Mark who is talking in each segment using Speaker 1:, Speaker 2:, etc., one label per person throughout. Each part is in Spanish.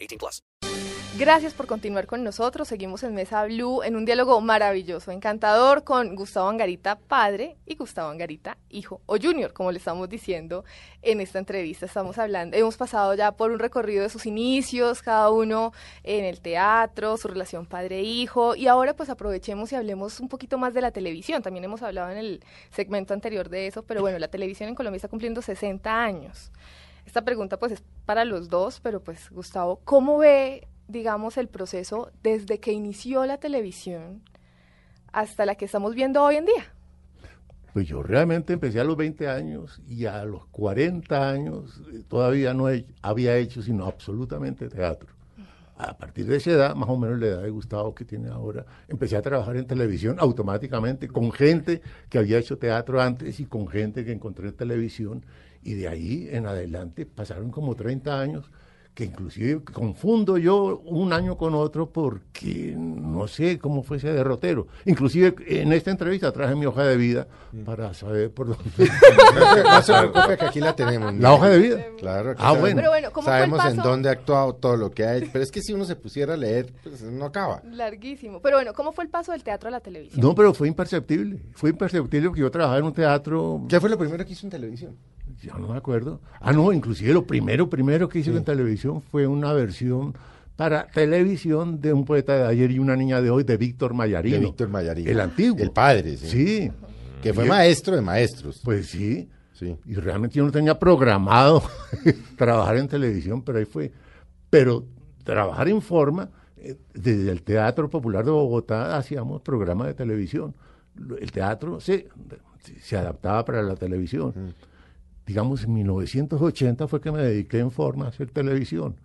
Speaker 1: 18 plus.
Speaker 2: Gracias por continuar con nosotros. Seguimos en Mesa Blue en un diálogo maravilloso, encantador con Gustavo Angarita padre y Gustavo Angarita hijo o junior, como le estamos diciendo en esta entrevista. Estamos hablando, hemos pasado ya por un recorrido de sus inicios, cada uno en el teatro, su relación padre-hijo y ahora pues aprovechemos y hablemos un poquito más de la televisión. También hemos hablado en el segmento anterior de eso, pero bueno, la televisión en Colombia está cumpliendo 60 años. Esta pregunta pues es para los dos, pero pues Gustavo, ¿cómo ve, digamos, el proceso desde que inició la televisión hasta la que estamos viendo hoy en día?
Speaker 3: Pues yo realmente empecé a los 20 años y a los 40 años eh, todavía no he- había hecho sino absolutamente teatro. A partir de esa edad, más o menos la edad de Gustavo que tiene ahora, empecé a trabajar en televisión automáticamente con gente que había hecho teatro antes y con gente que encontré en televisión. Y de ahí en adelante pasaron como 30 años que inclusive confundo yo un año con otro porque no sé cómo fue ese derrotero. Inclusive en esta entrevista traje mi hoja de vida para saber por dónde.
Speaker 4: No se preocupe que aquí la tenemos.
Speaker 3: La hoja de vida.
Speaker 4: Claro. aquí
Speaker 3: Ah,
Speaker 4: sabemos-
Speaker 3: bueno.
Speaker 2: Pero bueno, ¿cómo fue el
Speaker 4: Sabemos en
Speaker 2: paso?
Speaker 4: dónde ha actuado todo lo que ha hecho. Pero es que si uno se pusiera a leer, pues no acaba.
Speaker 2: Larguísimo. Pero bueno, ¿cómo fue el paso del teatro a la televisión?
Speaker 3: No, pero fue imperceptible. Fue imperceptible porque yo trabajaba en un teatro,
Speaker 4: ¿Qué fue lo primero que hizo en televisión?
Speaker 3: yo no me acuerdo. Ah, no, inclusive lo primero, primero que hice en televisión fue una versión para televisión de un poeta de ayer y una niña de hoy, de Víctor Mayarino.
Speaker 4: De Víctor Mayarino.
Speaker 3: El antiguo.
Speaker 4: El padre, sí.
Speaker 3: Sí,
Speaker 4: Que fue maestro de maestros.
Speaker 3: pues sí.
Speaker 4: Sí.
Speaker 3: Y realmente yo no tenía programado trabajar en televisión, pero ahí fue. Pero trabajar en forma, eh, desde el Teatro Popular de Bogotá hacíamos programas de televisión. Lo- El teatro se, se adaptaba para la televisión. Digamos, en 1980 fue que me dediqué en forma a hacer televisión.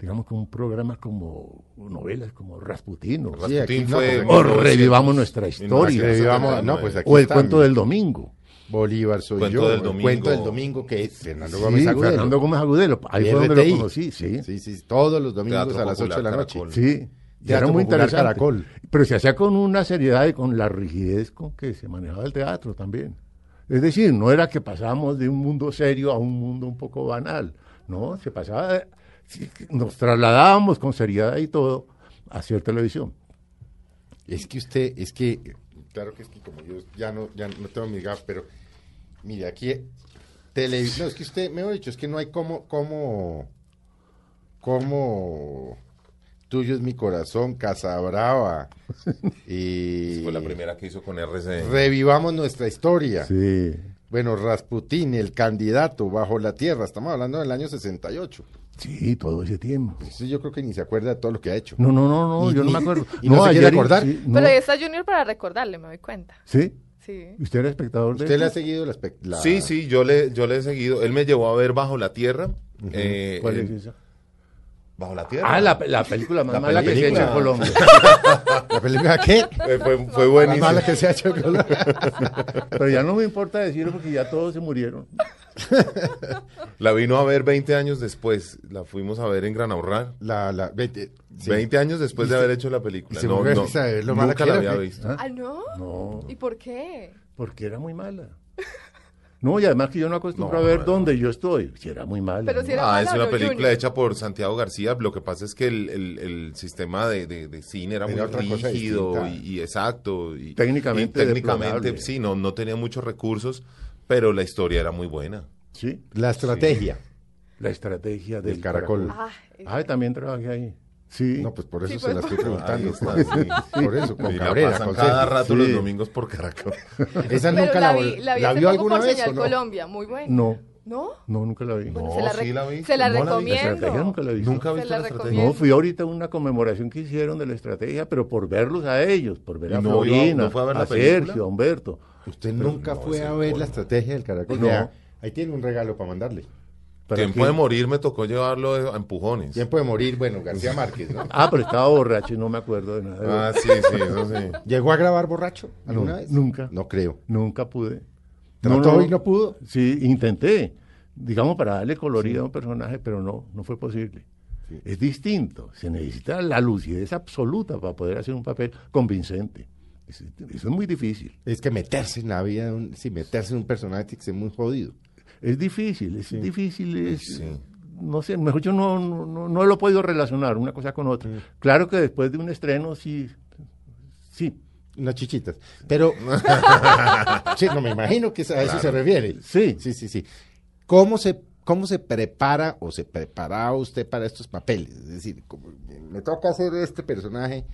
Speaker 3: Digamos, con programas como novelas, como Rasputino.
Speaker 4: Sí, aquí no,
Speaker 5: fue-
Speaker 4: pues,
Speaker 3: o Revivamos nuestra
Speaker 4: aquí
Speaker 3: historia.
Speaker 4: vivamos- no, pues aquí
Speaker 3: O El
Speaker 4: está
Speaker 3: Cuento
Speaker 4: mi-
Speaker 3: del Domingo.
Speaker 4: Bolívar soy
Speaker 5: Cuento
Speaker 4: yo.
Speaker 5: del
Speaker 4: el
Speaker 5: domingo.
Speaker 4: Cuento del domingo que es Fernando
Speaker 3: Sí,
Speaker 4: Gómez Agudelo.
Speaker 3: Fernando Gómez Agudelo. Ahí fue donde
Speaker 4: RTI.
Speaker 3: lo conocí, sí.
Speaker 4: Sí, sí, todos los domingos
Speaker 5: Teatro
Speaker 4: a las 8 de la
Speaker 5: Popular,
Speaker 4: noche.
Speaker 5: Caracol.
Speaker 3: Sí, y era
Speaker 4: Teatro
Speaker 3: muy
Speaker 4: Popular
Speaker 3: interesante.
Speaker 4: Caracol.
Speaker 3: Pero se hacía con una seriedad y con la rigidez con que se manejaba el teatro también. Es decir, no era que pasábamos de un mundo serio a un mundo un poco banal, ¿no? Se pasaba, de- sí, nos trasladábamos con seriedad y todo a hacer televisión.
Speaker 4: Es que usted, es que, claro que es que como yo ya no, ya no tengo mi gaf, pero mire, aquí televisión, no, es que usted, mejor dicho, es que no hay como, como, como tuyo es mi corazón, Casabrava, y
Speaker 5: Fue la primera que hizo con RCN.
Speaker 4: revivamos nuestra historia.
Speaker 3: Sí,
Speaker 4: Bueno, Rasputín, el candidato bajo la tierra, estamos hablando del año 68.
Speaker 3: sí, todo ese tiempo.
Speaker 4: Eso yo creo que ni se acuerda de todo lo que ha hecho.
Speaker 3: No, no, no, no,
Speaker 4: Y-
Speaker 3: yo no
Speaker 4: y-
Speaker 3: me acuerdo.
Speaker 4: y no se quiere acordar.
Speaker 3: sí, no.
Speaker 2: Pero ahí está Junior para recordarle, me doy cuenta.
Speaker 3: Sí,
Speaker 2: Sí.
Speaker 3: usted era espectador de
Speaker 4: ¿Usted le ha
Speaker 3: eso?
Speaker 4: seguido la, espe- la-
Speaker 5: Sí, sí, yo le, yo le he seguido. Él me llevó a ver Bajo la Tierra. eh,
Speaker 3: ¿Cuál
Speaker 5: eh,
Speaker 3: es esa?
Speaker 5: Bajo la Tierra.
Speaker 3: Ah, la, la película más
Speaker 4: La
Speaker 3: mala que se ha hecho en
Speaker 4: película.
Speaker 3: Colombia.
Speaker 4: ¿La película qué?
Speaker 5: Eh, fue, fue
Speaker 4: Ah, La
Speaker 5: buenísimo.
Speaker 4: mala que se ha hecho.
Speaker 3: Pero ya no me importa decirlo porque ya todos se murieron.
Speaker 5: La vino a ver 20 años después. La fuimos a ver en Gran Ahorrar.
Speaker 4: La, la, 20, sí.
Speaker 5: 20 años después de
Speaker 4: Y se-
Speaker 5: haber hecho la película.
Speaker 4: y se murió de risa de lo mala
Speaker 5: nunca
Speaker 4: que
Speaker 3: Pues
Speaker 5: la
Speaker 4: era,
Speaker 5: había
Speaker 4: ¿qué?
Speaker 5: visto.
Speaker 2: ¿Ah, no?
Speaker 3: No,
Speaker 2: ¿Y por qué?
Speaker 3: porque era muy mala. No, y además que yo no acostumbro
Speaker 5: No,
Speaker 3: a ver
Speaker 5: no, no.
Speaker 3: dónde yo estoy. Si era muy mala.
Speaker 2: Pero si
Speaker 3: ¿no?
Speaker 2: era-
Speaker 5: Ah,
Speaker 2: mala
Speaker 5: es
Speaker 2: o
Speaker 5: una
Speaker 2: no,
Speaker 5: película
Speaker 2: Junior?
Speaker 5: hecha por Santiago García. Lo que pasa es que el, el- el sistema de, de- de cine era muy
Speaker 4: Era otra cosa
Speaker 5: rígido
Speaker 4: distinta.
Speaker 5: y, y exacto. Y,
Speaker 3: Técnicamente
Speaker 5: y técnicamente
Speaker 3: deplorable.
Speaker 5: sí, no, no tenía muchos recursos, pero la historia era muy buena.
Speaker 3: Sí,
Speaker 4: La estrategia.
Speaker 3: la estrategia del
Speaker 4: Del caracol.
Speaker 2: Ah, es-
Speaker 3: Ah, también trabajé ahí. Sí.
Speaker 4: No, pues por eso
Speaker 2: Sí,
Speaker 4: se
Speaker 2: pues,
Speaker 4: la estoy
Speaker 2: por-
Speaker 4: preguntando.
Speaker 5: Ahí está, sí.
Speaker 4: Por eso, con
Speaker 5: Y la
Speaker 4: Cabrera.
Speaker 5: pasan
Speaker 4: con
Speaker 5: cada
Speaker 4: Sergio.
Speaker 5: rato los
Speaker 4: Sí.
Speaker 5: domingos por Caracol.
Speaker 4: Esa
Speaker 2: pero la
Speaker 4: nunca la,
Speaker 2: vi, la vi
Speaker 4: ¿la
Speaker 2: hace
Speaker 4: vio
Speaker 2: poco
Speaker 4: alguna
Speaker 2: por
Speaker 4: vez.
Speaker 2: Señal
Speaker 4: o no?
Speaker 2: Colombia, muy buena.
Speaker 3: no,
Speaker 2: ¿No?
Speaker 3: no, nunca la vi.
Speaker 2: Bueno,
Speaker 5: No,
Speaker 2: se la, re-
Speaker 5: sí la vi.
Speaker 2: se la
Speaker 5: No la vi.
Speaker 3: la estrategia
Speaker 2: recomiendo.
Speaker 3: nunca la vi.
Speaker 5: Nunca he
Speaker 2: Se
Speaker 5: visto
Speaker 2: la
Speaker 5: la estrategia.
Speaker 2: recomiendo.
Speaker 3: No, fui ahorita a una conmemoración que hicieron de la estrategia, pero por verlos a ellos, por ver
Speaker 5: ¿Y
Speaker 3: a
Speaker 5: no iba-
Speaker 3: Florina,
Speaker 5: no fue a ver la
Speaker 3: a
Speaker 5: película?
Speaker 3: Sergio, a Humberto.
Speaker 4: Usted nunca
Speaker 5: no,
Speaker 4: fue
Speaker 5: ese
Speaker 4: a
Speaker 5: no,
Speaker 4: ver
Speaker 5: no.
Speaker 4: la estrategia del caracol.
Speaker 3: No.
Speaker 4: Vea, ahí tiene un regalo para mandarle.
Speaker 3: Pero
Speaker 5: Tiempo
Speaker 3: aquí-
Speaker 5: de morir me tocó llevarlo a empujones.
Speaker 4: Tiempo de morir, bueno, García Márquez, ¿no?
Speaker 3: Ah, pero estaba borracho y no me acuerdo de nada.
Speaker 5: Ah, sí, sí, eso sí.
Speaker 4: ¿Llegó a grabar borracho alguna
Speaker 3: No,
Speaker 4: vez?
Speaker 3: nunca.
Speaker 4: No creo.
Speaker 3: Nunca pude.
Speaker 4: ¿Trató y no pudo?
Speaker 3: Sí, intenté, digamos, para darle colorido a un personaje, pero no, no fue posible. Es distinto. Se necesita la lucidez absoluta para poder hacer un papel convincente. Es- Eso es muy difícil.
Speaker 4: Es que meterse en la vida, de un, sí, meterse en un personaje tiene que ser muy jodido.
Speaker 3: Es difícil, es difícil. es-
Speaker 5: Sí.
Speaker 3: No sé, mejor yo no, no, no- no lo he podido relacionar una cosa con otra. Claro que después de un estreno sí, sí,
Speaker 4: Unas chichitas. Pero. sí, no me imagino que a eso se refiere.
Speaker 3: Sí.
Speaker 4: Sí, sí, sí. ¿Cómo se, ¿Cómo se prepara o se preparaba usted para estos papeles? Es decir, como, me toca hacer este personaje.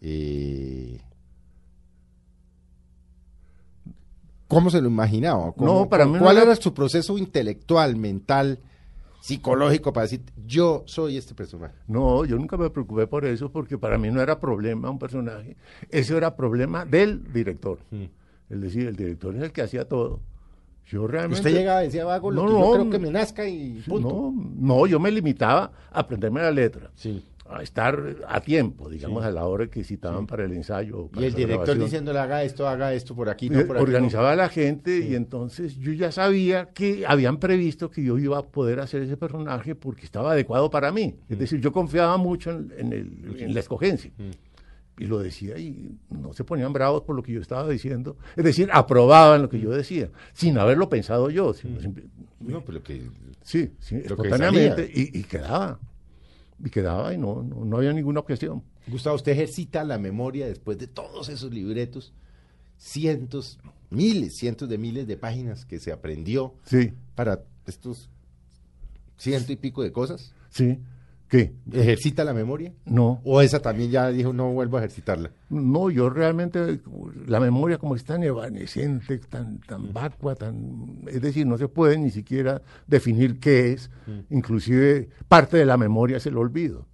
Speaker 4: eh, ¿Cómo se lo imaginaba? ¿Cómo-
Speaker 3: No, para
Speaker 4: cómo-
Speaker 3: mí no
Speaker 4: ¿Cuál
Speaker 3: era-
Speaker 4: era su proceso intelectual, mental, psicológico para decir, yo soy este personaje?
Speaker 3: No, yo nunca me preocupé por eso porque para mí no era problema un personaje, eso era problema del director.
Speaker 4: Mm.
Speaker 3: Es decir, el director es el que hacía todo. Yo realmente...
Speaker 4: Usted llegaba y decía, hago lo
Speaker 3: No,
Speaker 4: que yo
Speaker 3: no,
Speaker 4: creo que me nazca y punto.
Speaker 3: No, no, yo me limitaba a aprenderme la letra,
Speaker 4: Sí.
Speaker 3: a estar a tiempo, digamos, a la hora que citaban para el ensayo. o para
Speaker 4: Y el
Speaker 3: la
Speaker 4: director
Speaker 3: grabación.
Speaker 4: diciéndole haga esto, haga esto por aquí,
Speaker 3: Eh,
Speaker 4: no por aquí.
Speaker 3: organizaba a la gente y entonces yo ya sabía que habían previsto que yo iba a poder hacer ese personaje porque estaba adecuado para mí. Es
Speaker 4: Mm.
Speaker 3: decir, yo confiaba mucho en, en el- en la escogencia.
Speaker 4: Mm.
Speaker 3: Y lo decía y no se ponían bravos por lo que yo estaba diciendo. Es decir, aprobaban lo
Speaker 4: Mm.
Speaker 3: que yo decía, sin haberlo pensado yo. sino simple-
Speaker 4: No, pero que
Speaker 3: sí, sí,
Speaker 4: Mm. que
Speaker 3: espontáneamente. Y, y quedaba. Y quedaba y no, no, no había ninguna objeción.
Speaker 4: Gustavo, usted ejercita la memoria después de todos esos libretos, cientos, miles, cientos de miles de páginas que se aprendió
Speaker 3: Sí,
Speaker 4: para estos ciento y pico de cosas.
Speaker 3: sí. ¿Qué?
Speaker 4: ¿Ejercita la memoria?
Speaker 3: No.
Speaker 4: O esa también ya dijo, no vuelvo a ejercitarla.
Speaker 3: No, yo realmente, la memoria como es tan evanescente, tan, tan vacua, tan, es decir, no se puede ni siquiera definir qué es, inclusive parte de la memoria es el olvido.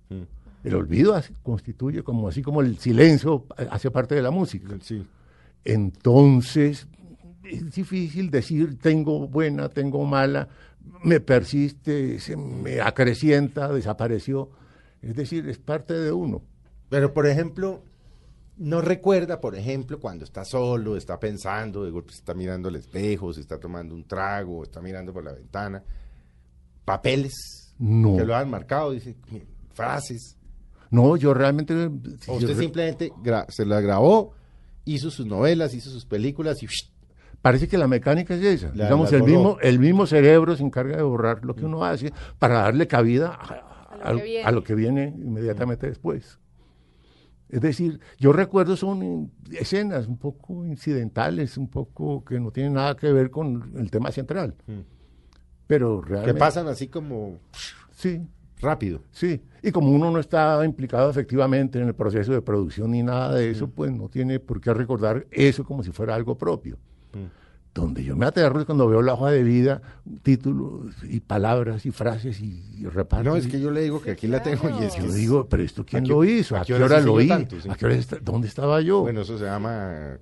Speaker 3: El olvido hace- constituye como así como el silencio eh, hace parte de la música.
Speaker 4: Sí.
Speaker 3: Entonces, es difícil decir tengo buena, tengo mala, me persiste, se me acrecienta, desapareció. Es decir, es parte de uno.
Speaker 4: Pero, por ejemplo, no recuerda, por ejemplo, cuando está solo, está pensando, de golpe se está mirando al espejo, se está tomando un trago, está mirando por la ventana, papeles
Speaker 3: No.
Speaker 4: que lo han marcado, dice, frases.
Speaker 3: No, yo realmente. eh, yo
Speaker 4: O usted
Speaker 3: re-
Speaker 4: simplemente gra- se la grabó, hizo sus novelas, hizo sus películas y ¡psh!
Speaker 3: Parece que la mecánica es esa.
Speaker 4: La-
Speaker 3: Digamos,
Speaker 4: la
Speaker 3: el,
Speaker 4: borró.
Speaker 3: mismo, el mismo cerebro se encarga de borrar lo que uno hace para darle cabida a,
Speaker 2: A lo que viene.
Speaker 3: a lo que viene inmediatamente después. Es decir, yo recuerdo son escenas un poco incidentales, un poco que no tienen nada que ver con el tema central.
Speaker 4: Mm.
Speaker 3: Pero
Speaker 4: que
Speaker 3: realmente.
Speaker 4: pasan así como
Speaker 3: Sí,
Speaker 4: rápido.
Speaker 3: Sí, y como uno no está implicado efectivamente en el proceso de producción ni nada de
Speaker 4: Mm.
Speaker 3: eso, pues no tiene por qué recordar eso como si fuera algo propio.
Speaker 4: Mm.
Speaker 3: Donde yo me aterro es cuando veo la hoja de vida, títulos y palabras y frases y, y reparto.
Speaker 4: No, es
Speaker 3: Y
Speaker 4: que yo le digo que aquí la tengo y es que
Speaker 3: Ah, yo
Speaker 4: es-
Speaker 3: digo, pero esto quién
Speaker 4: ¿A qué-
Speaker 3: lo hizo, a qué hora
Speaker 4: se
Speaker 3: lo
Speaker 4: siguió
Speaker 3: oí,
Speaker 4: tanto? Sí.
Speaker 3: a qué hora esta- dónde estaba yo.
Speaker 4: Bueno, eso se llama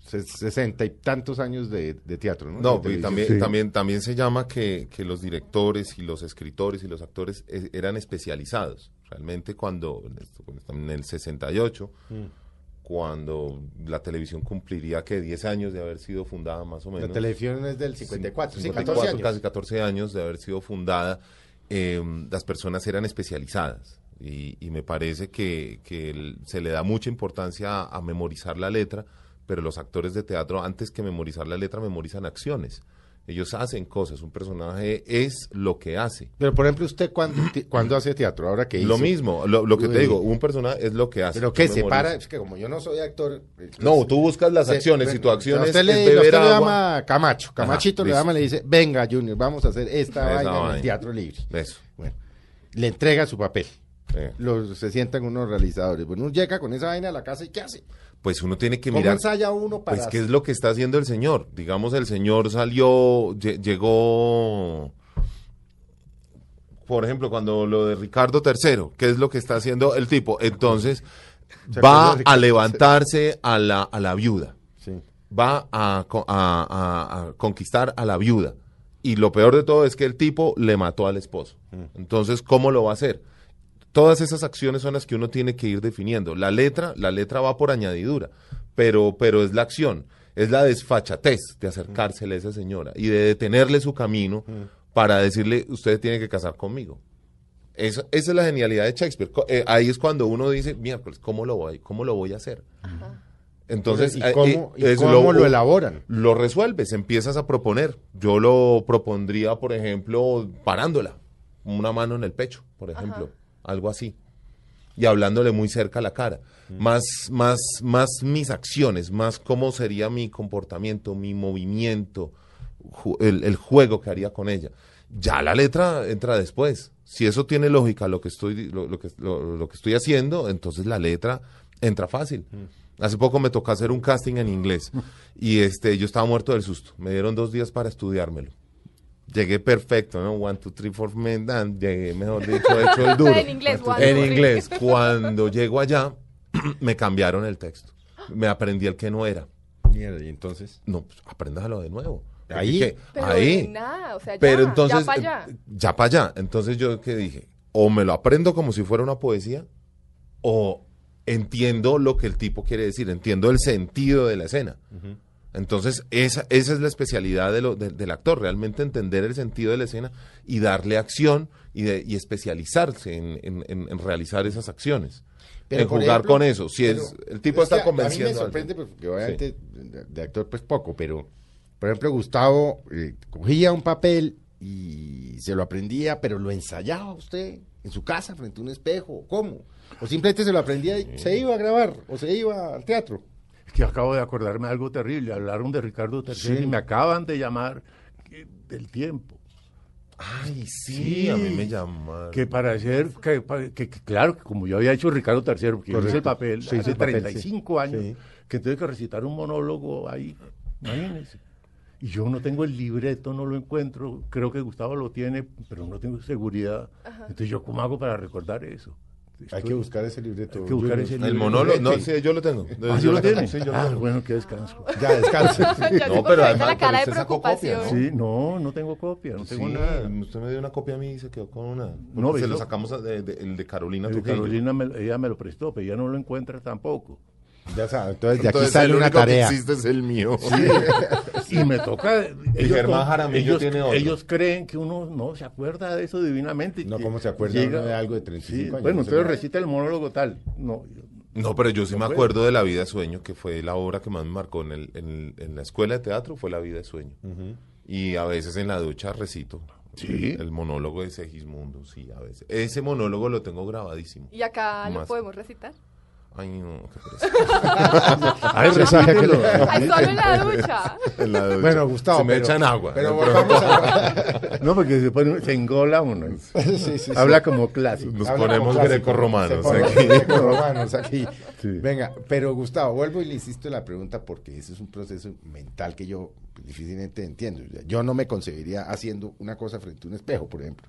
Speaker 4: se- sesenta y tantos años de, de teatro, ¿no?
Speaker 5: No,
Speaker 4: De
Speaker 5: y
Speaker 4: televisión.
Speaker 5: también,
Speaker 3: Sí.
Speaker 5: también, también se llama que, que los directores y los escritores y los actores eh, eran especializados. Realmente cuando, en esto- cuando estamos en el 68,
Speaker 4: Mm.
Speaker 5: cuando la televisión cumpliría que 10 años de haber sido fundada más o menos.
Speaker 4: La televisión es del 54, sí,
Speaker 5: 54,
Speaker 4: 14 años.
Speaker 5: casi 14 años de haber sido fundada, eh, las personas eran especializadas. Y, y me parece que, que el- se le da mucha importancia a, a memorizar la letra, pero los actores de teatro, antes que memorizar la letra, memorizan acciones. Ellos hacen cosas, un personaje es lo que hace.
Speaker 4: Pero por ejemplo, usted cuando, cuando hace teatro, ahora que hizo,
Speaker 5: Lo mismo, lo, lo que
Speaker 4: Uy.
Speaker 5: te digo, un personaje es lo que hace.
Speaker 4: Pero que
Speaker 5: Tú
Speaker 4: se para,
Speaker 5: memorizas.
Speaker 4: es que como yo no soy actor. eh,
Speaker 5: No, tú buscas las
Speaker 4: se-
Speaker 5: acciones
Speaker 4: bueno,
Speaker 5: y tu acción
Speaker 4: a
Speaker 5: es,
Speaker 4: usted le,
Speaker 5: es
Speaker 4: a
Speaker 5: beber
Speaker 4: usted le
Speaker 5: agua.
Speaker 4: llama Camacho. Camachito le
Speaker 5: listo.
Speaker 4: llama y le dice, venga Junior, vamos a hacer esta
Speaker 5: Esa
Speaker 4: vaina en el
Speaker 5: vaina.
Speaker 4: teatro libre.
Speaker 5: Eso.
Speaker 4: Bueno, le entrega su papel.
Speaker 5: eh.
Speaker 4: Los, se sientan unos realizadores. Bueno, uno llega con esa vaina a la casa y ¿qué hace?
Speaker 5: Pues uno tiene que
Speaker 4: ¿Cómo
Speaker 5: mirar.
Speaker 4: ensaya uno para...?
Speaker 5: Pues, ¿qué es lo que está haciendo el señor? Digamos, el señor salió, lle- llegó, por ejemplo, cuando lo de Ricardo III, ¿qué es lo que está haciendo el tipo? Entonces,
Speaker 4: acuerda
Speaker 5: va
Speaker 4: de Ricardo
Speaker 5: a
Speaker 4: III?
Speaker 5: levantarse a la, a la viuda,
Speaker 4: Sí.
Speaker 5: va a, co- a- a- a conquistar a la viuda. Y lo peor de todo es que el tipo le mató al esposo.
Speaker 4: Mm.
Speaker 5: Entonces, ¿cómo lo va a hacer? Todas esas acciones son las que uno tiene que ir definiendo. La letra, la letra va por añadidura, pero, pero es la acción, es la desfachatez de acercársele a esa señora y de detenerle su camino
Speaker 4: Mm.
Speaker 5: para decirle, usted tiene que casar conmigo. Esa, esa es la genialidad de Shakespeare. Co- eh, ahí es cuando uno dice, miércoles, ¿cómo lo voy, cómo lo voy a hacer? Entonces,
Speaker 4: ¿y
Speaker 5: eh,
Speaker 4: cómo, y
Speaker 5: eh, es
Speaker 4: cómo lo, elaboran?
Speaker 5: lo resuelves, empiezas a proponer. Yo lo propondría, por ejemplo, parándola, una mano en el pecho, por ejemplo, algo así. Y hablándole muy cerca a la cara. Más, más, más mis acciones, más cómo sería mi comportamiento, mi movimiento, ju- el, el juego que haría con ella. Ya la letra entra después. Si eso tiene lógica lo que estoy, di- lo, lo que, lo- lo que estoy haciendo, entonces la letra entra fácil. Hace poco me tocó hacer un casting en inglés y este, yo estaba muerto del susto. Me dieron dos días para estudiármelo. Llegué perfecto, ¿no? One, two, three, four, men, dan. Llegué, mejor dicho, hecho el duro.
Speaker 2: En inglés, one,
Speaker 5: En
Speaker 2: two, three.
Speaker 5: inglés. Cuando llego allá, me cambiaron el texto. Me aprendí el que no era.
Speaker 4: Mierda, y entonces.
Speaker 5: No, pues, apréndalo de nuevo. Porque
Speaker 4: Ahí.
Speaker 5: que-
Speaker 2: Pero
Speaker 5: ahí.
Speaker 2: de nada, o sea, ya,
Speaker 5: Pero entonces,
Speaker 2: ya para allá.
Speaker 5: eh, ya pa' allá. Entonces yo que dije, o me lo aprendo como si fuera una poesía, o entiendo lo que el tipo quiere decir, entiendo el sentido de la escena. Entonces, esa, esa es la especialidad de lo- de- del actor, realmente entender el sentido de la escena y darle acción y, de- y especializarse en, en- en- en realizar esas acciones. en
Speaker 4: por
Speaker 5: jugar
Speaker 4: ejemplo,
Speaker 5: con eso. Si es,
Speaker 4: pero-
Speaker 5: el
Speaker 4: pero
Speaker 5: tipo
Speaker 4: es que
Speaker 5: está
Speaker 4: a-
Speaker 5: convenciendo.
Speaker 4: A mí me
Speaker 5: a alguien.
Speaker 4: sorprende pues, porque obviamente de, de actor pues poco, pero por ejemplo Gustavo eh, cogía un papel y se lo aprendía, pero lo ensayaba usted en su casa frente a un espejo, ¿cómo? O simplemente se lo aprendía y se iba a grabar o se iba al teatro.
Speaker 3: que acabo de acordarme de algo terrible. Hablaron de Ricardo III
Speaker 4: Sí.
Speaker 3: y me acaban de llamar eh, del tiempo.
Speaker 5: Ay, sí, a mí me llamaron.
Speaker 3: Que para hacer, que, pa- que- que claro, que como yo había hecho Ricardo III, porque yo hice el papel
Speaker 4: Sí, hizo
Speaker 3: hace
Speaker 4: el papel,
Speaker 3: 35 años, que tuve que recitar un monólogo ahí, imagínense. Y yo no tengo el libreto, no lo encuentro, creo que Gustavo lo tiene, pero no tengo seguridad. Entonces, ¿yo cómo hago para recordar eso?
Speaker 4: Hay que buscar ese libreto.
Speaker 3: Hay que buscar
Speaker 4: Junior.
Speaker 3: ese
Speaker 5: El monólogo, no,
Speaker 3: Sí.
Speaker 5: sí, yo lo tengo.
Speaker 3: Ah, ¿sí
Speaker 5: Yo
Speaker 3: lo
Speaker 5: tengo,
Speaker 3: tiene?
Speaker 5: sí, yo lo
Speaker 3: Ah,
Speaker 5: tengo.
Speaker 3: bueno, qué descanso.
Speaker 4: Ya, descansa.
Speaker 2: Ya
Speaker 5: No,
Speaker 2: se
Speaker 5: pero
Speaker 2: puso
Speaker 5: además,
Speaker 2: la cara
Speaker 5: pero
Speaker 2: de
Speaker 5: usted sacó copia,
Speaker 2: preocupación.
Speaker 3: Sí, no, no tengo copia, no tengo
Speaker 5: Sí,
Speaker 3: nada.
Speaker 5: Usted me dio una copia a mí y se quedó con una.
Speaker 3: No,
Speaker 5: Porque se
Speaker 3: yo-
Speaker 5: lo sacamos a- de, de- el de Carolina.
Speaker 3: El de
Speaker 5: Trujillo.
Speaker 3: Carolina, me- ella me lo prestó, pero ella no lo encuentra tampoco.
Speaker 4: Ya sabe, entonces de aquí
Speaker 5: Entonces,
Speaker 4: sale
Speaker 5: el
Speaker 4: una
Speaker 5: único que
Speaker 4: tarea.
Speaker 5: existe es el mío.
Speaker 3: Y me toca. ellos
Speaker 5: Germán
Speaker 3: con-
Speaker 5: Jaramillo
Speaker 3: ellos,
Speaker 5: tiene otro.
Speaker 3: ellos creen que uno no se acuerda de eso divinamente.
Speaker 4: No,
Speaker 3: Que
Speaker 4: ¿cómo se acuerda uno de algo de 35 años?
Speaker 3: Bueno,
Speaker 4: No se
Speaker 3: entonces
Speaker 4: acuerda.
Speaker 3: recita el monólogo tal. No, yo-
Speaker 5: No, pero yo sí me
Speaker 3: puede.
Speaker 5: acuerdo de La Vida de Sueño, que fue la obra que más me marcó en, el- en- en la escuela de teatro, fue La Vida de Sueño. Y a veces en la ducha recito
Speaker 3: Sí.
Speaker 5: el, el monólogo de Segismundo, sí, a veces. Ese monólogo lo tengo grabadísimo.
Speaker 2: Y acá lo
Speaker 5: Más.
Speaker 2: podemos recitar.
Speaker 5: Ay, no, qué pereza.
Speaker 3: Ay,
Speaker 4: sabe que lo-
Speaker 3: recítelo.
Speaker 2: Ahí solo en la ducha.
Speaker 5: En la ducha.
Speaker 4: Bueno, Gustavo,
Speaker 5: Se me
Speaker 4: pero-
Speaker 5: echan agua.
Speaker 4: Pero
Speaker 5: De
Speaker 4: volvamos a...
Speaker 3: No, porque se, pone, se engola uno.
Speaker 4: Sí, sí, sí.
Speaker 3: Habla como clásico.
Speaker 5: Nos
Speaker 4: Habla como
Speaker 5: Pues ponemos
Speaker 4: clásico.
Speaker 5: grecorromanos.
Speaker 4: Se ponen
Speaker 5: aquí.
Speaker 4: grecorromanos aquí.
Speaker 3: Sí.
Speaker 4: Venga, pero Gustavo, vuelvo y le insisto en la pregunta porque ese es un proceso mental que yo difícilmente entiendo. O sea, Yo no me concebiría haciendo una cosa frente a un espejo, por ejemplo.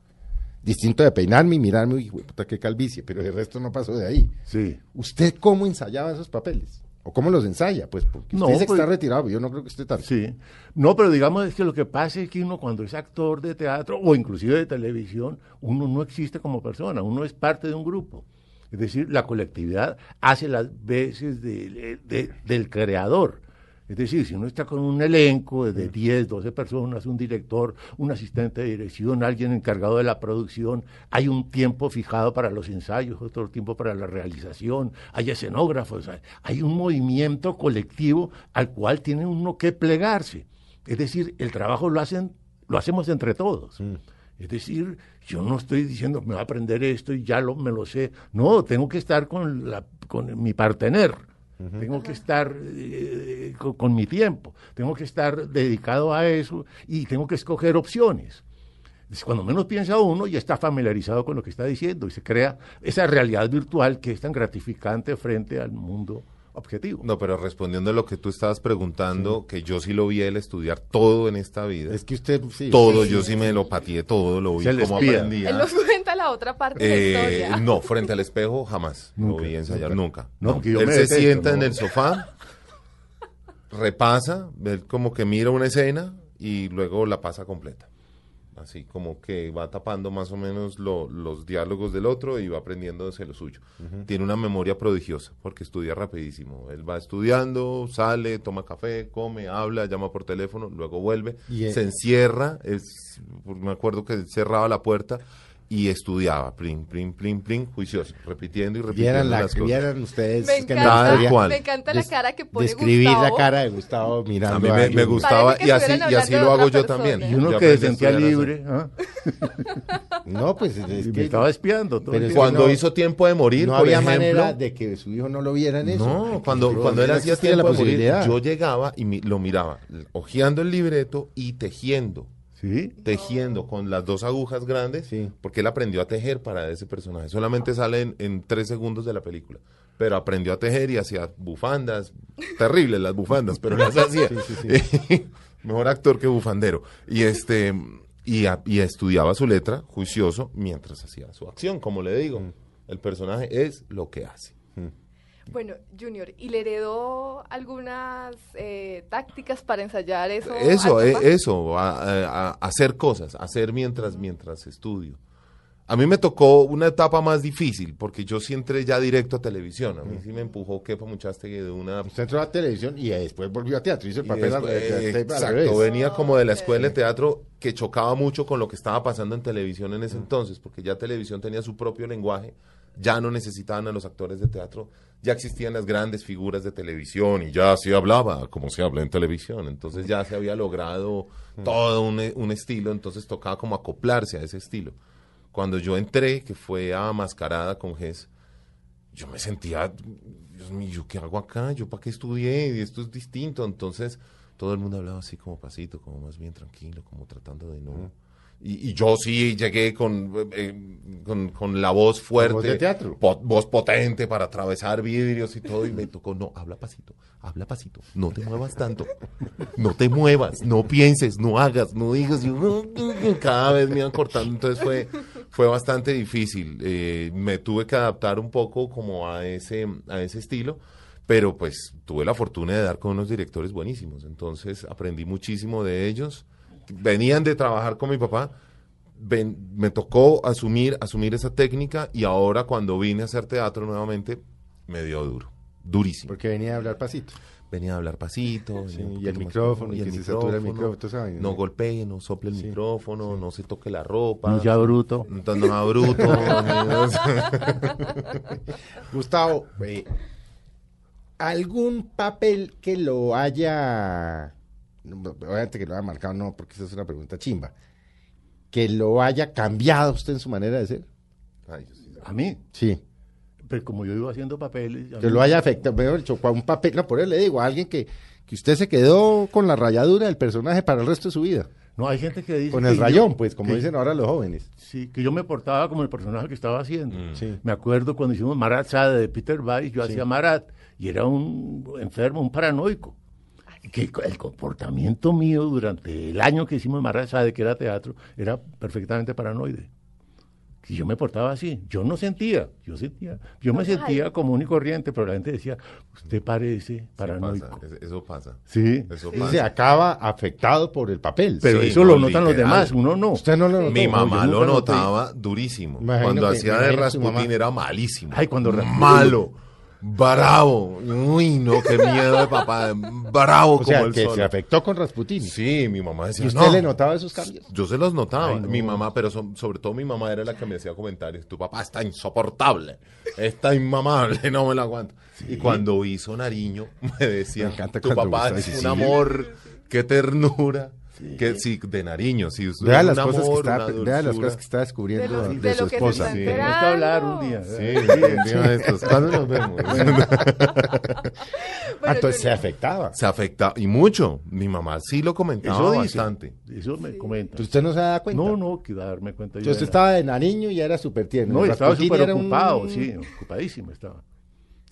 Speaker 4: Distinto de peinarme y mirarme, uy, hijo de puta, qué calvicie, pero el resto no pasó de ahí.
Speaker 3: Sí.
Speaker 4: ¿Usted cómo ensayaba esos papeles? ¿O cómo los ensaya? Pues porque
Speaker 3: No,
Speaker 4: usted dice que
Speaker 3: pues-
Speaker 4: está retirado, yo no creo que esté tan...
Speaker 3: Sí. No, pero digamos es que lo que pasa es que uno cuando es actor de teatro o inclusive de televisión, uno no existe como persona, uno es parte de un grupo. Es decir, la colectividad hace las veces de- de- del creador. Es decir, si uno está con un elenco de 10, 12 personas, un director, un asistente de dirección, alguien encargado de la producción, hay un tiempo fijado para los ensayos, otro tiempo para la realización, hay escenógrafos, hay- hay un movimiento colectivo al cual tiene uno que plegarse. Es decir, el trabajo lo hacen, lo hacemos entre todos. Es decir, yo no estoy diciendo me voy a aprender esto y ya lo, me lo sé. No, tengo que estar con, la, con mi partener. Tengo que estar eh, con, con mi tiempo. Tengo que estar dedicado a eso y tengo que escoger opciones. Es Cuando menos piensa uno y está familiarizado con lo que está diciendo y se crea esa realidad virtual que es tan gratificante frente al mundo objetivo.
Speaker 5: No, pero respondiendo a lo que tú estabas preguntando, que yo sí lo vi a él estudiar todo en esta vida.
Speaker 4: Es que usted... Sí,
Speaker 5: todo, yo sí me lo pateé todo, lo vi
Speaker 3: Se le
Speaker 5: como
Speaker 3: espía.
Speaker 5: aprendía.
Speaker 2: Él nos cuenta la otra parte de la
Speaker 5: Eh,
Speaker 2: historia.
Speaker 5: no, frente al espejo jamás lo vi ensayar, nunca.
Speaker 3: No, porque yo
Speaker 5: Él
Speaker 3: me
Speaker 5: se
Speaker 3: detesto,
Speaker 5: sienta
Speaker 3: ¿no?
Speaker 5: en el sofá, repasa, él como que mira una escena y luego la pasa completa. Así como que va tapando más o menos lo- los diálogos del otro y va aprendiéndose lo suyo. Tiene una memoria prodigiosa porque estudia rapidísimo. Él va estudiando, sale, toma café, come, habla, llama por teléfono, luego vuelve,
Speaker 4: Y, eh,
Speaker 5: se encierra. Es, me acuerdo que cerraba la puerta y estudiaba, plin, plin, plin, plin, juicioso, repitiendo y repitiendo
Speaker 4: Vieran, la,
Speaker 5: las cosas.
Speaker 4: vieran ustedes.
Speaker 2: Me
Speaker 4: es que
Speaker 2: encanta,
Speaker 5: Tal cual.
Speaker 2: me encanta la
Speaker 4: des-
Speaker 2: cara que pone
Speaker 4: Describir la
Speaker 2: Gustavo.
Speaker 4: cara de Gustavo mirando.
Speaker 5: A mí me, me
Speaker 4: Junior.
Speaker 5: gustaba
Speaker 2: Parece que
Speaker 5: y así,
Speaker 2: estuvieran
Speaker 5: y así
Speaker 2: hablando
Speaker 5: lo
Speaker 2: de
Speaker 5: hago
Speaker 2: otra
Speaker 5: yo también.
Speaker 3: Y
Speaker 2: persona.
Speaker 3: uno
Speaker 5: Yo
Speaker 3: que se
Speaker 5: aprendí a
Speaker 3: sentía
Speaker 5: estudiar así.
Speaker 3: libre, ¿ah?
Speaker 4: No, pues es
Speaker 3: y
Speaker 4: que
Speaker 3: me estaba espiando todo
Speaker 4: Pero
Speaker 3: el
Speaker 4: es
Speaker 3: tiempo.
Speaker 5: Cuando
Speaker 4: no-
Speaker 5: hizo tiempo de morir,
Speaker 4: no
Speaker 5: por
Speaker 4: había
Speaker 5: ejemplo,
Speaker 4: manera de que su hijo no lo viera en eso.
Speaker 5: No, cuando,
Speaker 4: Pero
Speaker 5: cuando él
Speaker 4: no
Speaker 5: hacía
Speaker 4: existía
Speaker 5: tiempo
Speaker 4: la
Speaker 5: de morir,
Speaker 4: posibilidad.
Speaker 5: yo llegaba y mi- lo miraba, hojeando el libreto y tejiendo,
Speaker 3: Sí,
Speaker 5: tejiendo con las dos agujas grandes,
Speaker 4: Sí.
Speaker 5: porque él aprendió a tejer para ese personaje. Solamente sale en, en tres segundos de la película, pero aprendió a tejer y hacía bufandas, terribles las bufandas, pero las hacía. Mejor actor que bufandero. Y este... Y, a- y estudiaba su letra, juicioso, mientras hacía su acción. Como le digo,
Speaker 4: Mm.
Speaker 5: el personaje es lo que hace.
Speaker 2: Bueno, Junior, ¿y le heredó algunas eh, tácticas para ensayar eso?
Speaker 5: Eso,
Speaker 2: al
Speaker 5: eh,
Speaker 2: papá?
Speaker 5: eso, a, a- a hacer cosas, hacer mientras, mientras estudio. A mí me tocó una etapa más difícil, porque yo sí entré ya directo a televisión. A mí sí me empujó Kepa Muchastegui de una...
Speaker 4: Usted entró a televisión y después volvió a teatro. Hizo el
Speaker 5: y
Speaker 4: papel al-
Speaker 5: después-
Speaker 4: al- al- al
Speaker 5: exacto,
Speaker 4: revés.
Speaker 5: venía como de la escuela de teatro que chocaba mucho con lo que estaba pasando en televisión en ese entonces, porque ya televisión tenía su propio lenguaje, ya no necesitaban a los actores de teatro, ya existían las grandes figuras de televisión y ya se hablaba como se habla en televisión, entonces ya se había logrado
Speaker 4: Mm.
Speaker 5: todo un, un estilo, entonces tocaba como acoplarse a ese estilo. Cuando yo entré, que fue a Mascarada con Gess, yo me sentía, Dios mío, ¿yo qué hago acá? ¿Yo para qué estudié? Y esto es distinto. Entonces, todo el mundo hablaba así como pasito, como más bien tranquilo, como tratando de no. Y, y yo sí llegué con, eh, eh, con, con la voz fuerte.
Speaker 4: voz de teatro.
Speaker 5: po- voz potente para atravesar vidrios y todo. Y me tocó, no, habla pasito, habla pasito. No te muevas tanto. No te muevas, no pienses, no hagas, no digas. y yo, cada vez me iban cortando. Entonces fue, fue bastante difícil. Eh, me tuve que adaptar un poco como a ese, a ese estilo. Pero pues tuve la fortuna de dar con unos directores buenísimos. Entonces aprendí muchísimo de ellos. Venían de trabajar con mi papá ven- me tocó asumir, asumir esa técnica y ahora cuando vine a hacer teatro nuevamente, me dio duro, durísimo.
Speaker 4: Porque venía a hablar pasito.
Speaker 5: Venía a hablar pasito, venía
Speaker 4: Sí,
Speaker 5: un
Speaker 4: y
Speaker 5: poquito
Speaker 4: el
Speaker 5: más
Speaker 4: micrófono,
Speaker 5: cómodo,
Speaker 4: y que se satura el micrófono, tú sabes,
Speaker 5: no
Speaker 4: ¿no?
Speaker 5: golpee, no sople el micrófono, no se toque la ropa,
Speaker 3: no
Speaker 5: no,
Speaker 3: ya bruto.
Speaker 5: entonces no sea bruto.
Speaker 4: Gustavo, eh, ¿algún papel que lo haya. no, Obviamente que lo haya marcado, no, porque esa es una pregunta chimba. Que lo haya cambiado usted en su manera de ser.
Speaker 5: Ay, yo sí.
Speaker 3: A mí,
Speaker 4: Sí.
Speaker 3: pero como yo iba haciendo papeles, a
Speaker 4: Que
Speaker 3: mí-
Speaker 4: lo haya afectado. Mejor dicho, a un papel. No, por eso le digo, a alguien que, que usted se quedó con la rayadura del personaje para el resto de su vida.
Speaker 3: no hay gente que dice
Speaker 4: Con
Speaker 3: que
Speaker 4: el
Speaker 3: yo-
Speaker 4: rayón, pues, como
Speaker 3: que-
Speaker 4: dicen ahora los jóvenes.
Speaker 3: Sí, que yo me portaba como el personaje que estaba haciendo.
Speaker 4: Sí.
Speaker 3: Me acuerdo cuando hicimos Marat Sade de Peter Weiss, yo hacía Marat y era un enfermo, un paranoico. Que co- el comportamiento mío durante el año que hicimos Marat Sade, que era teatro, era perfectamente paranoide. Y yo me portaba así. Yo no sentía, yo sentía, yo me sentía común y corriente, pero la gente decía, usted parece
Speaker 5: Pasa,
Speaker 3: paranoico.
Speaker 5: es- eso pasa.
Speaker 3: Sí,
Speaker 5: Eso
Speaker 4: Él se
Speaker 5: pasa.
Speaker 4: acaba afectado por el papel.
Speaker 3: pero
Speaker 5: sí,
Speaker 3: eso lo
Speaker 5: no,
Speaker 3: notan los
Speaker 5: literal.
Speaker 3: demás, uno no.
Speaker 4: Usted no lo notó,
Speaker 5: Mi
Speaker 4: ¿no?
Speaker 5: mamá
Speaker 4: Yo
Speaker 5: lo
Speaker 4: nunca noté.
Speaker 5: notaba durísimo.
Speaker 4: Imagino
Speaker 5: cuando
Speaker 4: que-
Speaker 5: hacía
Speaker 4: me
Speaker 5: de
Speaker 4: imagino su mamá.
Speaker 5: Rasputin era malísimo.
Speaker 3: Ay, cuando Rasputin-
Speaker 5: Malo. Bravo. Uy, no, qué miedo de papá. Bravo
Speaker 4: O
Speaker 5: como
Speaker 4: sea,
Speaker 5: el
Speaker 4: que
Speaker 5: sol.
Speaker 4: se afectó con Rasputin.
Speaker 5: Sí, mi mamá decía.
Speaker 4: ¿Y usted
Speaker 5: "No".
Speaker 4: le notaba esos cambios?
Speaker 5: Yo se los notaba. Mi mamá, pero so- sobre todo mi mamá era la que me hacía comentarios. Tu papá está insoportable. Está inmamable. No me lo aguanto. Y cuando hizo Nariño, me decían,
Speaker 4: Me encanta
Speaker 5: tu
Speaker 4: cuando
Speaker 5: papá
Speaker 4: vos
Speaker 5: es
Speaker 4: estás
Speaker 5: un
Speaker 4: así".
Speaker 5: amor. Qué ternura. Que, sí, de Nariño. Sí, usted
Speaker 4: Vea
Speaker 5: es
Speaker 4: las,
Speaker 5: un
Speaker 4: cosas que
Speaker 5: amor,
Speaker 4: está,
Speaker 5: una
Speaker 4: vea las
Speaker 5: dulzura.
Speaker 4: cosas que está
Speaker 2: De
Speaker 4: descubriendo Ah,
Speaker 2: lo-
Speaker 4: de,
Speaker 2: de lo
Speaker 4: su
Speaker 2: que se
Speaker 4: esposa.
Speaker 2: está
Speaker 4: Sí.
Speaker 2: enterando.
Speaker 3: Tenemos que hablar un día.
Speaker 5: Sí, un día de estos. ¿Cuándo nos vemos?
Speaker 4: Ah,
Speaker 5: Ah,
Speaker 2: Bueno,
Speaker 4: entonces se
Speaker 2: Junior,
Speaker 4: afectaba.
Speaker 5: Se afecta, y mucho. Mi mamá sí lo
Speaker 3: Eso
Speaker 5: comentaba
Speaker 3: dice,
Speaker 5: bastante.
Speaker 3: Eso me comenta.
Speaker 4: Entonces usted no se da cuenta.
Speaker 3: No, no, que darme cuenta. yo
Speaker 4: Entonces usted
Speaker 3: era-
Speaker 4: estaba de nariño y ya era súper tierno.
Speaker 3: No, yo estaba
Speaker 4: Rasputin
Speaker 3: súper
Speaker 4: era un-
Speaker 3: ocupado, sí, ocupadísimo estaba.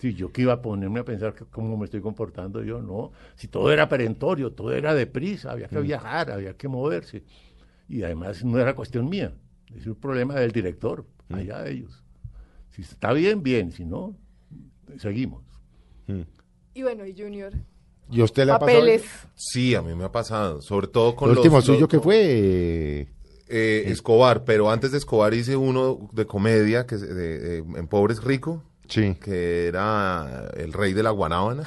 Speaker 3: Sí, yo que iba a ponerme a pensar que cómo me estoy comportando yo, no. Si todo era perentorio, todo era deprisa, había
Speaker 4: Mm.
Speaker 3: que viajar, había que moverse. Y además no era cuestión mía, es un problema del director,
Speaker 4: Mm.
Speaker 3: allá de ellos. Si está bien, bien, si no, seguimos.
Speaker 2: Y bueno, y Junior,
Speaker 4: ¿Y a usted le ha pasado?
Speaker 2: papeles.
Speaker 5: Sí, a mí me ha pasado. Sobre todo con
Speaker 4: Lo último
Speaker 5: los,
Speaker 4: suyo
Speaker 5: los-
Speaker 4: que fue.
Speaker 5: Eh, Escobar, pero antes de Escobar hice uno de comedia que es de- de- en Pobres Rico,
Speaker 4: Sí.
Speaker 5: que era el rey de la guanábana,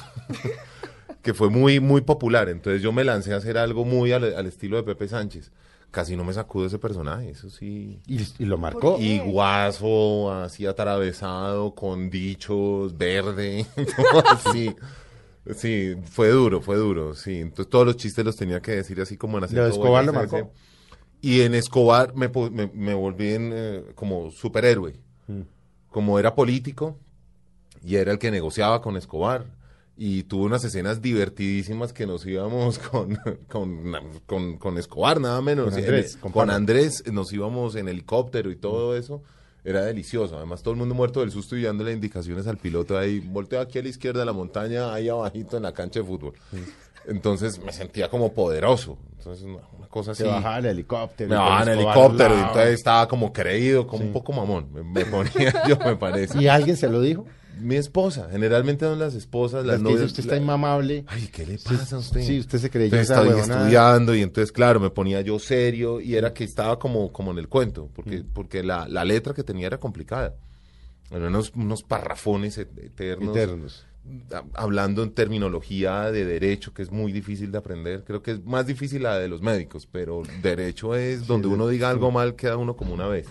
Speaker 5: que fue muy, muy popular. Entonces yo me lancé a hacer algo muy al, al estilo de Pepe Sánchez. Casi no me sacudo ese personaje, eso sí.
Speaker 4: Y, y lo marcó.
Speaker 5: Y guaso, así atravesado, con dichos, verde, sí. Sí, fue duro, fue duro, sí. Entonces todos los chistes los tenía que decir así como en acento
Speaker 4: Lo de Escobar lo
Speaker 5: boyacense.
Speaker 4: marcó.
Speaker 5: Y en Escobar me, pu- me, me volví en, eh, como superhéroe.
Speaker 4: Mm.
Speaker 5: Como era político y era el que negociaba con Escobar. Y tuvo unas escenas divertidísimas que nos íbamos con, con, con, con Escobar, nada menos.
Speaker 4: Con
Speaker 5: En-
Speaker 4: Andrés, con
Speaker 5: con
Speaker 4: Pablo.
Speaker 5: Andrés nos íbamos en helicóptero y todo eso. Era delicioso. Además, todo el mundo muerto del susto y dándole indicaciones al piloto ahí. Volteo aquí a la izquierda de la montaña, ahí abajito en la cancha de fútbol. Entonces me sentía como poderoso. Entonces, una, una cosa así.
Speaker 4: Se bajaba el helicóptero.
Speaker 5: Me
Speaker 4: y con
Speaker 5: bajaban en
Speaker 4: Escobar
Speaker 5: helicóptero
Speaker 4: al
Speaker 5: y
Speaker 4: lado.
Speaker 5: entonces estaba como creído, como un poco mamón. Me, me ponía yo, me parece.
Speaker 4: ¿Y alguien se lo dijo?
Speaker 5: Mi esposa, generalmente son las esposas, las
Speaker 4: Las que dice,
Speaker 5: novias.
Speaker 4: usted está
Speaker 5: la-
Speaker 4: inmamable.
Speaker 5: Ay, ¿qué le pasa a usted?
Speaker 4: Sí, usted se creyó
Speaker 5: Entonces
Speaker 4: esa
Speaker 5: estaba
Speaker 4: huevonada.
Speaker 5: estudiando y entonces, claro, me ponía yo serio y era que estaba como, como en el cuento, porque,
Speaker 4: Mm.
Speaker 5: porque la, la letra que tenía era complicada. Eran unos, unos parrafones et- eternos,
Speaker 4: Eternos.
Speaker 5: ha- hablando en terminología de derecho, que es muy difícil de aprender. Creo que es más difícil la de los médicos, pero derecho es donde uno diga algo mal, queda uno como una vez.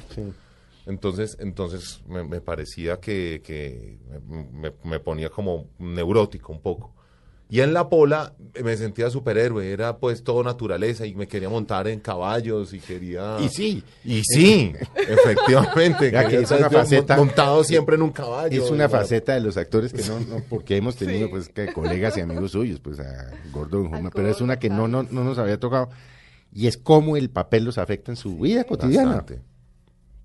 Speaker 5: Entonces, entonces me, me parecía que, que me, me ponía como neurótico un poco. Y en la pola eh, me sentía superhéroe, era pues todo naturaleza y me quería montar en caballos y quería...
Speaker 4: Y sí.
Speaker 5: Y sí, efectivamente.
Speaker 4: Ya que
Speaker 5: quería
Speaker 4: es una
Speaker 5: estar yo mon-
Speaker 4: faceta-
Speaker 5: Montado siempre en un caballo.
Speaker 4: Es una
Speaker 5: Bueno,
Speaker 4: faceta de los actores que no, no, porque hemos tenido pues que colegas y amigos suyos, pues a Gordon Hoffman, pero es una que no, no, no nos había tocado. Y es cómo el papel los afecta en su vida cotidiana.
Speaker 5: bastante.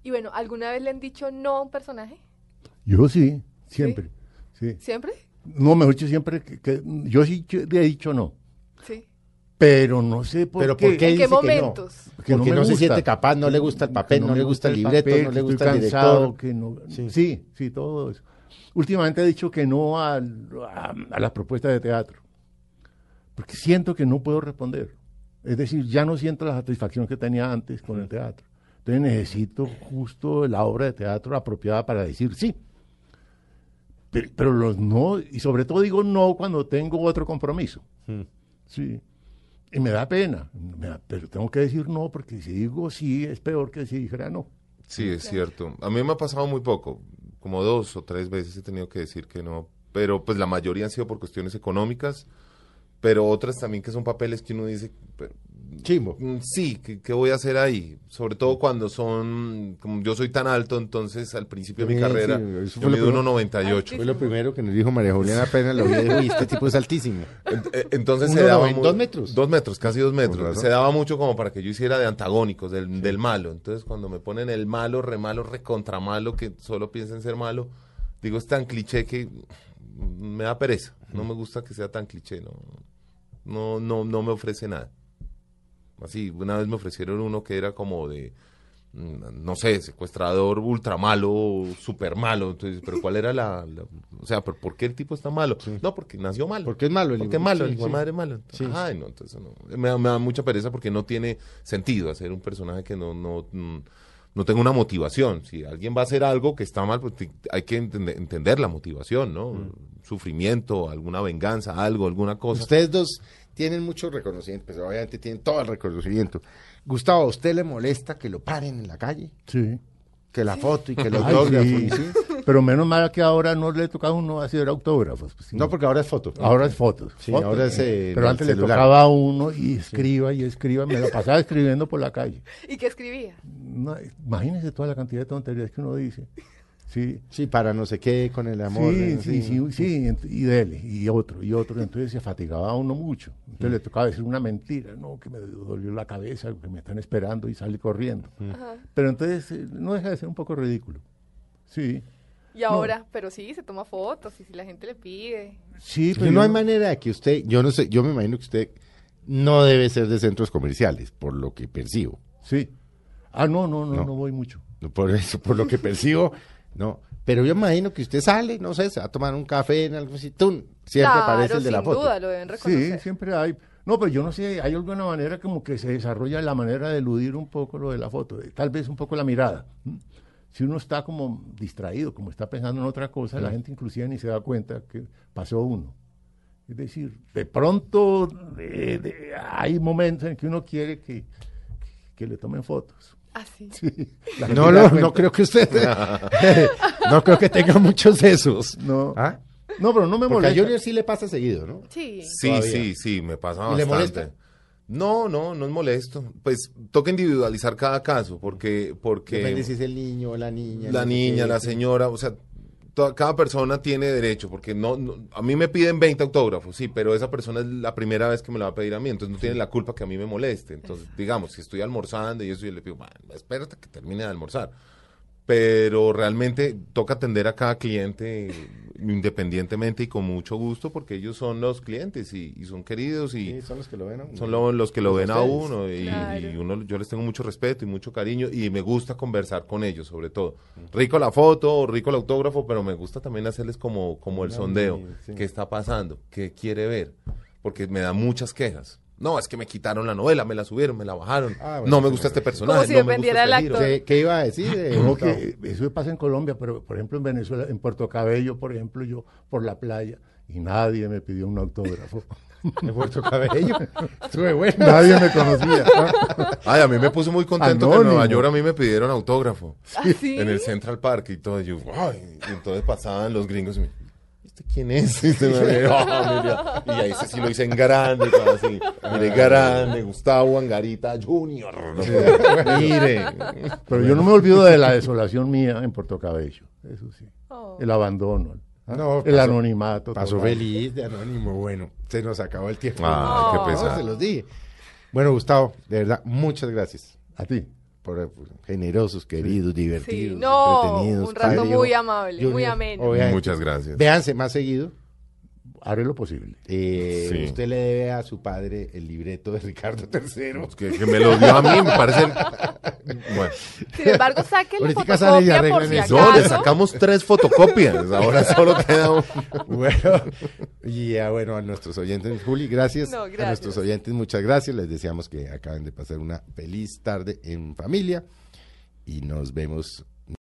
Speaker 2: Y bueno, ¿alguna vez le han dicho no a un personaje?
Speaker 3: Yo sí, siempre. Sí.
Speaker 2: ¿Siempre?
Speaker 3: No, mejor dicho, siempre que, que- yo sí que le he dicho no,
Speaker 2: Sí.
Speaker 3: pero no sé por
Speaker 4: Pero
Speaker 3: qué.
Speaker 4: ¿por qué
Speaker 2: ¿En
Speaker 4: dice
Speaker 2: qué
Speaker 4: que no?
Speaker 2: momentos?
Speaker 3: Que
Speaker 4: Porque
Speaker 3: me
Speaker 4: no, se
Speaker 3: gusta.
Speaker 4: siente capaz, no le gusta el
Speaker 3: Que
Speaker 4: papel, no,
Speaker 3: me
Speaker 4: le gusta el libreto,
Speaker 3: papel,
Speaker 4: no
Speaker 3: que
Speaker 4: le
Speaker 3: estoy
Speaker 4: gusta el
Speaker 3: cansado,
Speaker 4: director.
Speaker 3: que no-
Speaker 4: Sí.
Speaker 3: sí. sí, todo eso. Últimamente he dicho que no al- a, a las propuestas de teatro, porque siento que no puedo responder. Es decir, ya no siento la satisfacción que tenía antes con el teatro. Entonces necesito justo la obra de teatro apropiada para decir sí. Pero, pero los no, y sobre todo digo no cuando tengo otro compromiso.
Speaker 4: Mm.
Speaker 3: Sí. Y me da pena, me da- pero tengo que decir no, porque si digo sí es peor que si dijera no.
Speaker 5: Sí, es cierto. A mí me ha pasado muy poco, como dos o tres veces he tenido que decir que no, pero pues la mayoría han sido por cuestiones económicas, pero otras también que son papeles que uno dice, pero,
Speaker 4: Chimbo.
Speaker 5: mm, sí, ¿qué, qué voy a hacer ahí? Sobre todo cuando son, como yo soy tan alto, entonces al principio de mi
Speaker 4: Sí,
Speaker 5: carrera,
Speaker 4: sí, eso
Speaker 5: yo
Speaker 4: fue lo
Speaker 5: mido
Speaker 4: primero.
Speaker 5: 1,98.
Speaker 4: Fue lo primero que nos dijo María Juliana apenas lo vi, dijo, "Uy, este tipo es altísimo.
Speaker 5: Ent- eh, Entonces
Speaker 4: Uno
Speaker 5: se daba.
Speaker 4: noventa,
Speaker 5: mu-
Speaker 4: dos metros.
Speaker 5: Dos metros, casi dos
Speaker 4: Con
Speaker 5: metros.
Speaker 4: razón.
Speaker 5: Se daba mucho como para que yo hiciera de antagónicos, del, del malo. Entonces, cuando me ponen el malo, re malo, re contra malo, que solo piensa en ser malo, digo, es tan cliché que me da pereza. No me gusta que sea tan cliché. No, no, no, no me ofrece nada. Así, una vez me ofrecieron uno que era como de. mm, No sé, secuestrador ultra malo, super malo. Entonces, pero ¿cuál era la, la- O sea, ¿pero ¿por qué el tipo está malo? No, porque nació malo.
Speaker 4: Porque es malo el hijo-
Speaker 5: Porque es malo,
Speaker 4: Pues, sí,
Speaker 5: el hijo de
Speaker 4: sí.
Speaker 5: madre es malo.
Speaker 4: Sí, sí.
Speaker 5: Ay, no, entonces no. Me, da- me da mucha pereza porque no tiene sentido hacer un personaje que no, no, mm, no tenga una motivación. Si alguien va a hacer algo que está mal, pues ti- hay que entende- entender la motivación, ¿no?
Speaker 4: Mm.
Speaker 5: Sufrimiento, alguna venganza, algo, alguna cosa.
Speaker 4: Ustedes dos tienen mucho reconocimiento, pues obviamente tienen todo el reconocimiento. Gustavo, ¿a usted le molesta que lo paren en la calle?
Speaker 3: Sí.
Speaker 4: Que la foto y que el
Speaker 3: Ay,
Speaker 4: autógrafo.
Speaker 3: sí.
Speaker 4: y sí.
Speaker 3: Pero menos mal que ahora no le toca a uno hacer autógrafos. pues, sino-
Speaker 4: No, porque ahora es foto.
Speaker 3: ahora es fotos.
Speaker 4: Sí,
Speaker 3: fotos.
Speaker 4: ahora es, eh, en
Speaker 3: Pero
Speaker 4: el
Speaker 3: antes le
Speaker 4: celular.
Speaker 3: tocaba a uno y escriba y escriba. Me la pasaba escribiendo por la calle.
Speaker 2: ¿Y qué escribía?
Speaker 3: No, imagínense toda la cantidad de tonterías que uno dice. Sí.
Speaker 4: Sí, para no sé qué, con el amor.
Speaker 3: sí,
Speaker 4: ¿no?
Speaker 3: sí, sí, sí, ent- y dele, y otro, y otro, entonces se fatigaba a uno mucho. Entonces
Speaker 4: Mm.
Speaker 3: le tocaba decir una mentira, no, que me dolió la cabeza, que me están esperando y sale corriendo.
Speaker 4: Mm.
Speaker 3: Pero entonces eh, no deja de ser un poco ridículo. Sí,
Speaker 2: Y ahora, pero sí, se toma fotos y si la gente le pide.
Speaker 3: sí,
Speaker 4: Pero no hay manera de que usted, yo no sé, yo me imagino que usted no debe ser de centros comerciales, por lo que percibo.
Speaker 3: Sí. Ah, no, no, no,
Speaker 4: No.
Speaker 3: no, voy mucho.
Speaker 4: No, Por eso, por lo que percibo, no. Pero yo imagino que usted sale, no sé, se va a tomar un café en algo así, ¡tum! Siempre
Speaker 2: claro,
Speaker 4: aparece el de la
Speaker 2: sin
Speaker 4: foto.
Speaker 2: duda, lo deben
Speaker 3: Sí,
Speaker 2: reconocer.
Speaker 3: siempre hay. No, pero yo no sé, hay alguna manera como que se desarrolla la manera de eludir un poco lo de la foto, eh, tal vez un poco la mirada. ¿m? Si uno está como distraído, como está pensando en otra cosa, la gente inclusive ni se da cuenta que pasó uno. Es decir, de pronto de- de- hay momentos en que uno quiere que, que le tomen fotos.
Speaker 2: Así.
Speaker 3: La gente
Speaker 4: No,
Speaker 3: se da
Speaker 4: no,
Speaker 3: cuenta.
Speaker 4: no creo que usted. no creo que tenga muchos esos.
Speaker 3: No.
Speaker 4: ¿Ah?
Speaker 3: No, pero no me
Speaker 4: Porque a
Speaker 3: molesta.
Speaker 4: Junior sí le pasa seguido, ¿no?
Speaker 2: Sí.
Speaker 5: Sí,
Speaker 4: Todavía.
Speaker 5: sí, sí, me pasa
Speaker 4: ¿Y
Speaker 5: bastante.
Speaker 4: le molesta?
Speaker 5: No, no, no es molesto. Pues toca individualizar cada caso, porque,
Speaker 4: Depende
Speaker 5: porque
Speaker 4: si es el niño o la niña. no
Speaker 5: la
Speaker 4: sé
Speaker 5: niña,
Speaker 4: qué.
Speaker 5: la señora, o sea, toda- cada persona tiene derecho, porque no, no- a mí me piden 20 autógrafos, sí, pero esa persona es la primera vez que me la va a pedir a mí, entonces no tiene la culpa que a mí me moleste. Entonces, digamos, si estoy almorzando y eso, yo le pido, "Man, espérate que termine de almorzar. Pero realmente toca atender a cada cliente independientemente y con mucho gusto, porque ellos son los clientes y, y son queridos y,
Speaker 4: Sí, son los que lo ven. a uno.
Speaker 5: son lo- los que lo
Speaker 4: Los
Speaker 5: ven a
Speaker 4: ustedes.
Speaker 5: uno y,
Speaker 2: Claro.
Speaker 5: y uno yo les tengo mucho respeto y mucho cariño y me gusta conversar con ellos sobre todo rico la foto rico el autógrafo pero me gusta también hacerles como como el
Speaker 4: Una
Speaker 5: sondeo
Speaker 4: mini, sí.
Speaker 5: qué está pasando qué quiere ver porque me dan muchas quejas no es que me quitaron la novela me la subieron me la bajaron
Speaker 4: Ah, bueno,
Speaker 5: no me
Speaker 4: sí,
Speaker 5: gusta
Speaker 4: bueno,
Speaker 5: este
Speaker 4: sí.
Speaker 5: personaje
Speaker 2: Como si
Speaker 5: no me gusta
Speaker 2: dependiera
Speaker 5: este
Speaker 2: del
Speaker 5: giro.
Speaker 2: actor.
Speaker 4: ¿Qué, qué iba a decir? eh,
Speaker 3: No,
Speaker 4: Gustavo?
Speaker 3: que eso pasa en Colombia, pero por ejemplo en Venezuela, en Puerto Cabello, por ejemplo, yo por la playa y nadie me pidió un autógrafo.
Speaker 4: De Puerto Cabello. Estuve bueno.
Speaker 3: nadie me conocía.
Speaker 5: Ay, a mí me puso muy contento que en Nueva
Speaker 3: Anónimo.
Speaker 5: York a mí me pidieron autógrafo.
Speaker 2: ¿Ah, sí?
Speaker 5: En el Central Park y todo. Yo, "Ay", y entonces pasaban los gringos y me ¿este quién es? Y, se me veía, "Ah, mira". Y ahí sí, sí lo hice en grande, todo así. Mire, grande, Gustavo Angarita Junior. Mire.
Speaker 3: Pero yo no me olvido de la desolación mía en Puerto Cabello, eso sí.
Speaker 2: Oh.
Speaker 3: El abandono, ¿ah?
Speaker 4: No,
Speaker 3: el
Speaker 4: pasó-
Speaker 3: anonimato.
Speaker 4: Pasó
Speaker 3: total.
Speaker 4: feliz de anónimo. Bueno, se nos acabó el tiempo.
Speaker 5: Ay, Ah, qué
Speaker 4: No,
Speaker 5: pesar.
Speaker 4: se los dije. Bueno, Gustavo, de verdad, muchas gracias.
Speaker 3: A ti.
Speaker 4: Por, por generosos, queridos, divertidos,
Speaker 2: Sí, no,
Speaker 4: entretenidos.
Speaker 2: un rato
Speaker 4: Fabio,
Speaker 2: muy amable, muy ameno.
Speaker 4: obviamente.
Speaker 5: Muchas gracias.
Speaker 4: Véanse más seguido.
Speaker 3: Haré lo posible.
Speaker 4: Eh,
Speaker 5: Sí.
Speaker 4: Usted le debe a su padre el libreto de Ricardo III.
Speaker 5: Que, que me lo dio a mí, me parece. Bueno,
Speaker 2: Sin embargo, saque la
Speaker 4: Ahorita sale y
Speaker 2: fotocopia por
Speaker 4: arreglan
Speaker 2: si
Speaker 4: eso.
Speaker 2: acaso.
Speaker 5: no, le sacamos tres fotocopias. Ahora solo queda un.
Speaker 4: Bueno, y ya, bueno, a nuestros oyentes, Juli, gracias.
Speaker 2: No,
Speaker 4: A
Speaker 2: gracias.
Speaker 4: nuestros oyentes, muchas gracias. Les deseamos que acaben de pasar una feliz tarde en familia y nos vemos